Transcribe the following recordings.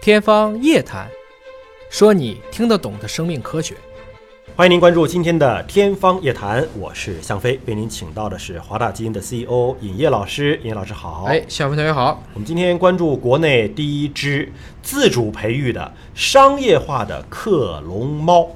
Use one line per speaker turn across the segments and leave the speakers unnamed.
天方夜谭，说你听得懂的生命科学。
欢迎您关注今天的《天方夜谭》，我是向飞，为您请到的是华大基因的 CEO 尹烨老师。尹烨老师好，
哎，小飞同学好。
我们今天关注国内第一只自主培育的商业化的克隆猫。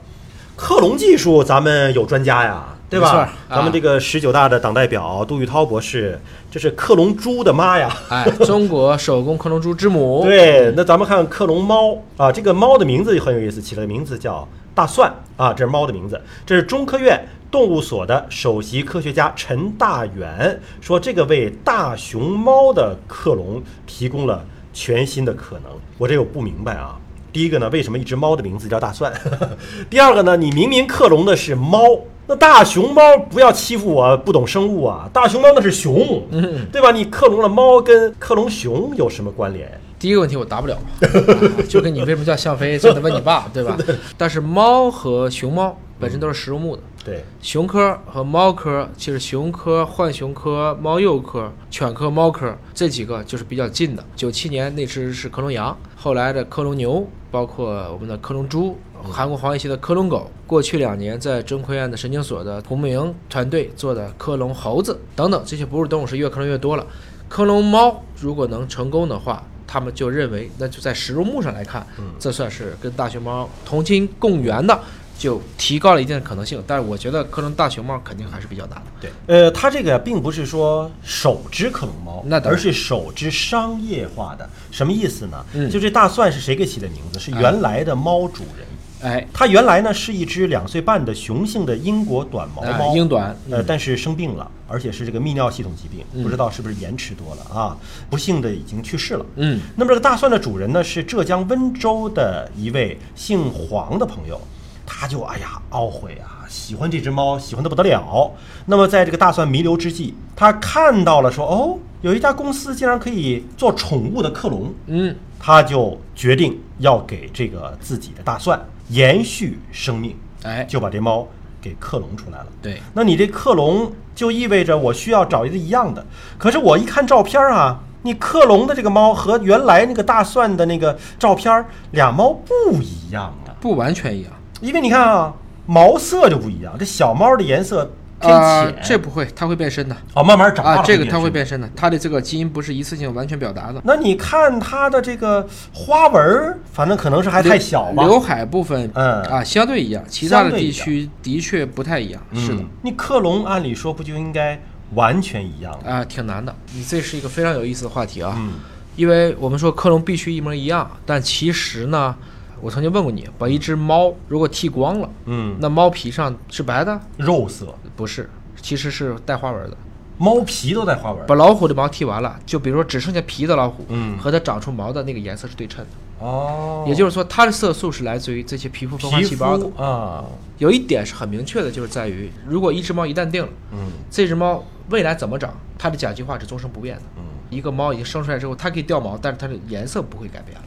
克隆技术咱们有专家呀，对吧？
没错啊
咱们这个十九大的党代表杜玉涛博士，这是克隆猪的妈呀！
哎，中国手工克隆猪之母。
对，那咱们看克隆猫啊，这个猫的名字很有意思，起了个名字叫大蒜啊，这是猫的名字。这是中科院动物所的首席科学家陈大远说，这个为大熊猫的克隆提供了全新的可能。我这个我不明白啊。第一个呢，为什么一只猫的名字叫大蒜？ 第二个呢，你明明克隆的是猫，那大熊猫不要欺负我不懂生物啊！大熊猫那是熊，对吧？你克隆了猫跟克隆熊有什么关联？
第一个问题我答不 了，啊就跟你为什么叫向飞，这得问你爸，对吧？但是猫和熊猫本身都是食肉目的，
对，
熊科和猫科，其实熊科、浣熊科、猫鼬科、犬科、猫科这几个就是比较近的。九七年那只是克隆羊，后来的克隆牛，包括我们的克隆猪，韩国黄一期的克隆狗，过去两年在中科院的神经所的胡慕莹团队做的克隆猴子等等，这些哺乳动物是越克隆越多了。克隆猫如果能成功的话，他们就认为那就在食肉目上来看，
嗯
这算是跟大熊猫同亲共源的，就提高了一定的可能性。但是我觉得克隆大熊猫肯定还是比较难的。
对，呃，它这个并不是说首只克隆猫，
那当然
而是首只商业化的。什么意思呢？
嗯
就这大蒜是谁给起的名字？是原来的猫主人。
哎，
它原来呢是一只两岁半的雄性的英国短毛
哎
猫，
英短
呃，但是生病了，而且是这个泌尿系统疾
嗯
病，不知道是不是盐吃多了啊，不幸的已经去世了。
嗯，
那么这个大蒜的主人呢是浙江温州的一位姓黄的朋友，他就哎呀懊悔啊，喜欢这只猫，喜欢的不得了。那么在这个大蒜弥留之际，他看到了说哦，有一家公司竟然可以做宠物的克隆，
嗯，
他就决定要给这个自己的大蒜延续生命，
哎，
就把这猫给克隆出来了。
对，
那你这克隆就意味着我需要找一个一样的。可是我一看照片儿啊，你克隆的这个猫和原来那个大蒜的那个照片儿俩猫不一样啊，
不完全一样。
因为你看啊，毛色就不一样，这小猫的颜色偏
啊，
浅，
这不会，它会变深的
哦慢慢哎长大了
啊，这个
变
它会
深
变深的，它的这个基因不是一次性完全表达的。
那你看它的这个花纹儿，反正可能是还太小吧。
刘海部分，
嗯
啊，相对一样，其他
相
的
对一
地
样
区的确不太一样，是的，
嗯你克隆按理说不就应该完全一样吗？
啊，挺难的。你这是一个非常有意思的话题啊，
嗯
因为我们说克隆必须一模一样，但其实呢，我曾经问过你，把一只猫如果剃光了，
嗯，
那猫皮上是白的？
肉色，
不是，其实是带花纹的。
猫皮都带花纹儿。
把老虎的毛剃完了，就比如说只剩下皮的老虎，
嗯
和它长出毛的那个颜色是对称的。
哦，
也就是说，它的色素是来自于这些皮肤分化
皮
细胞的。
肤啊，
有一点是很明确的，就是在于，如果一只猫一旦定了，
嗯
这只猫未来怎么长，它的甲基化是终生不变的。
嗯
一个猫已经生出来之后，它可以掉毛，但是它的颜色不会改变了。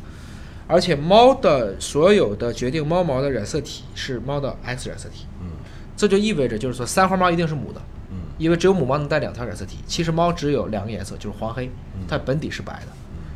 而且猫的所有的决定猫毛的染色体是猫的 X 染色体，
嗯
这就意味着就是说三花猫一定是母的，
嗯
因为只有母猫能带两条染色体。其实猫只有两个颜色，就是黄黑，
嗯
它本体是白的，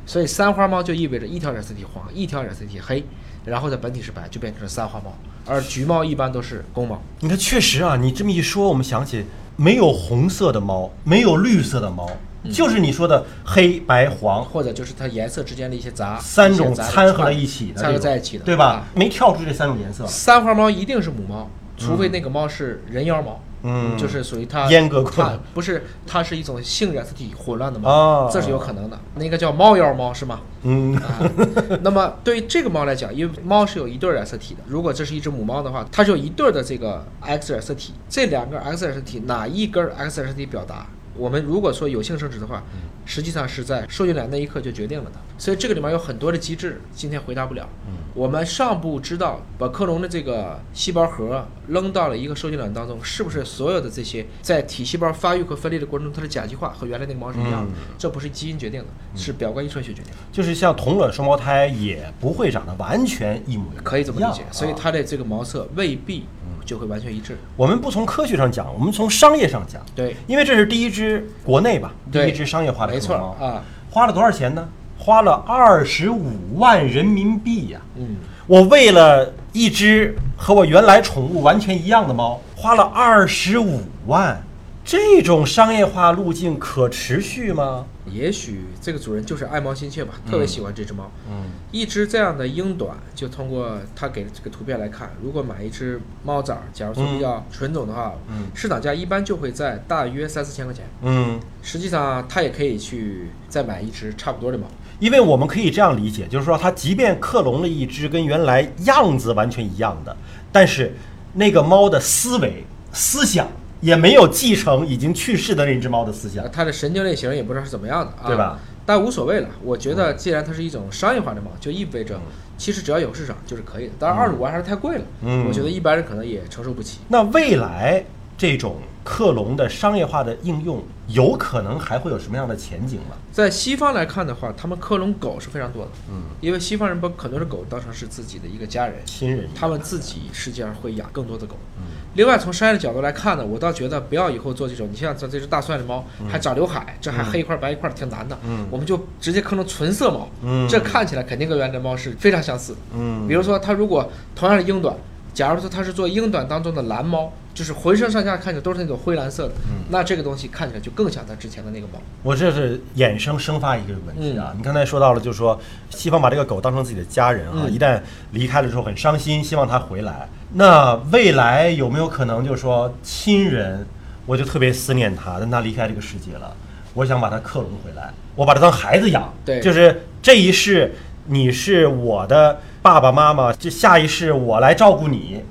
所以三花猫就意味着一条染色体黄，一条染色体黑，然后在本体是白，就变成了三花猫。而橘猫一般都是公猫，
你看，确实啊，你这么一说，我们想起没有红色的猫，没有绿色的猫，
嗯
就是你说的黑白黄。
或者就是它颜色之间的一些杂
三种
一些杂
掺合在一起的这种，
掺合在一起的，啊
对吧？？没跳出这三种颜色，
三花猫一定是母猫，除非那个猫是人妖猫，
嗯
就是属于它
阉割过
它
的
不是，它是一种性染色体混乱的猫，
哦
这是有可能的。那个叫猫妖猫是吗？
嗯，
啊， 那么对于这个猫来讲，因为猫是有一对儿染色体的，如果这是一只母猫的话，它是有一对儿的这个 X 染色体，这两个 X 染色体哪一根儿 X 染色体表达？我们如果说有性生殖的话，实际上是在受精卵那一刻就决定了的，所以这个里面有很多的机制，今天回答不了。我们尚不知道把克隆的这个细胞核扔到了一个受精卵当中，是不是所有的这些在体细胞发育和分裂的过程中，它的甲基化和原来那个猫是一样的？这不是基因决定的，是表观遗传学决定的。
就是像同卵双胞胎也不会长得完全一模一样，
可以这么理解
啊，
所以它的这个毛色未必就会完全一致。
我们不从科学上讲，我们从商业上讲，
对，
因为这是第一只国内吧，第
对
一只商业化的
没
克隆
错
猫
啊，
花了多少钱呢？花了二十五万人民币呀、
嗯，
我为了一只和我原来宠物完全一样的猫，花了二十五万，这种商业化路径可持续吗？
也许这个主人就是爱猫心切吧，特别喜欢这只猫。
嗯
一只这样的英短，就通过他给这个图片来看，如果买一只猫崽儿，假如说比较纯种的话，
嗯
市场价一般就会在大约三四千块钱。
嗯，
实际上，他也可以去再买一只差不多的猫。
因为我们可以这样理解，就是说它即便克隆了一只跟原来样子完全一样的，但是那个猫的思维思想也没有继承已经去世的那只猫的思想
啊，。它的神经类型也不知道是怎么样的啊，
对吧？嗯
但无所谓了，我觉得既然它是一种商业化的嘛，就意味着其实只要有市场就是可以的。当然，二十五万还是太贵了，
嗯
我觉得一般人可能也承受不起。
那未来这种克隆的商业化的应用，有可能还会有什么样的前景吗？
在西方来看的话，他们克隆狗是非常多的，
嗯，
因为西方人把很多的狗当成是自己的一个家人，
亲人一样
他们自己实际上会养更多的狗。
嗯
另外，从商业的角度来看呢，我倒觉得不要以后做这种，你像这这只大蒜的猫还长刘海，这还黑一块白一块，挺难的。
嗯
我们就直接克隆纯色猫，
嗯
这看起来肯定跟原来的猫是非常相似的。
嗯
比如说，它如果同样是英短，假如说它是做英短当中的蓝猫，就是浑身上下看着都是那种灰蓝色的，那这个东西看起来就更像它之前的那个猫。
我这是衍生生发一个问题
嗯
啊！你刚才说到了，就是说西方把这个狗当成自己的家人啊，
嗯
一旦离开了之后很伤心，希望它回来。那未来有没有可能就是说亲人，我就特别思念它，但它离开这个世界了，我想把它克隆回来，我把它当孩子养，
对
就是这一世你是我的爸爸妈妈，这下一世我来照顾你，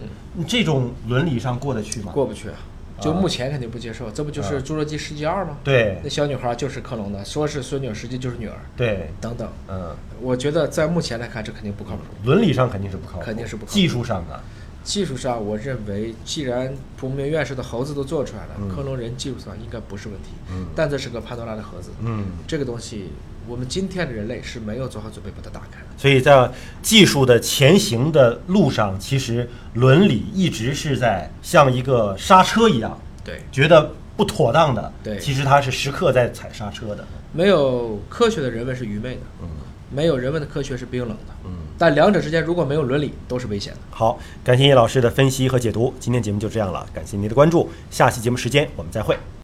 这种伦理上过得去吗？
嗯过不去啊，就
啊
目前肯定不接受。这不就是《侏罗纪世纪二》吗？
对
那小女孩就是克隆的，说是孙女，实际就是女儿，
对，
等等。
嗯，
我觉得在目前来看，这肯定不靠谱。
伦理上肯定是不靠谱，
肯定是不靠谱
技术上啊呢？
技术上，我认为既然蒲明院士的猴子都做出来了，克隆人技术上应该不是问题。
嗯
但这是个潘多拉的盒子，
嗯，
这个东西我们今天的人类是没有做好准备把它打开的。
所以在技术的前行的路上，其实伦理一直是在像一个刹车一样，
对，
觉得不妥当的，
对
其实它是时刻在踩刹车的。
没有科学的人文是愚昧的，
嗯
没有人文的科学是冰冷的。
嗯，
但两者之间如果没有伦理，都是危险的。
好，感谢叶老师的分析和解读，今天节目就这样了，感谢您的关注，下期节目时间我们再会。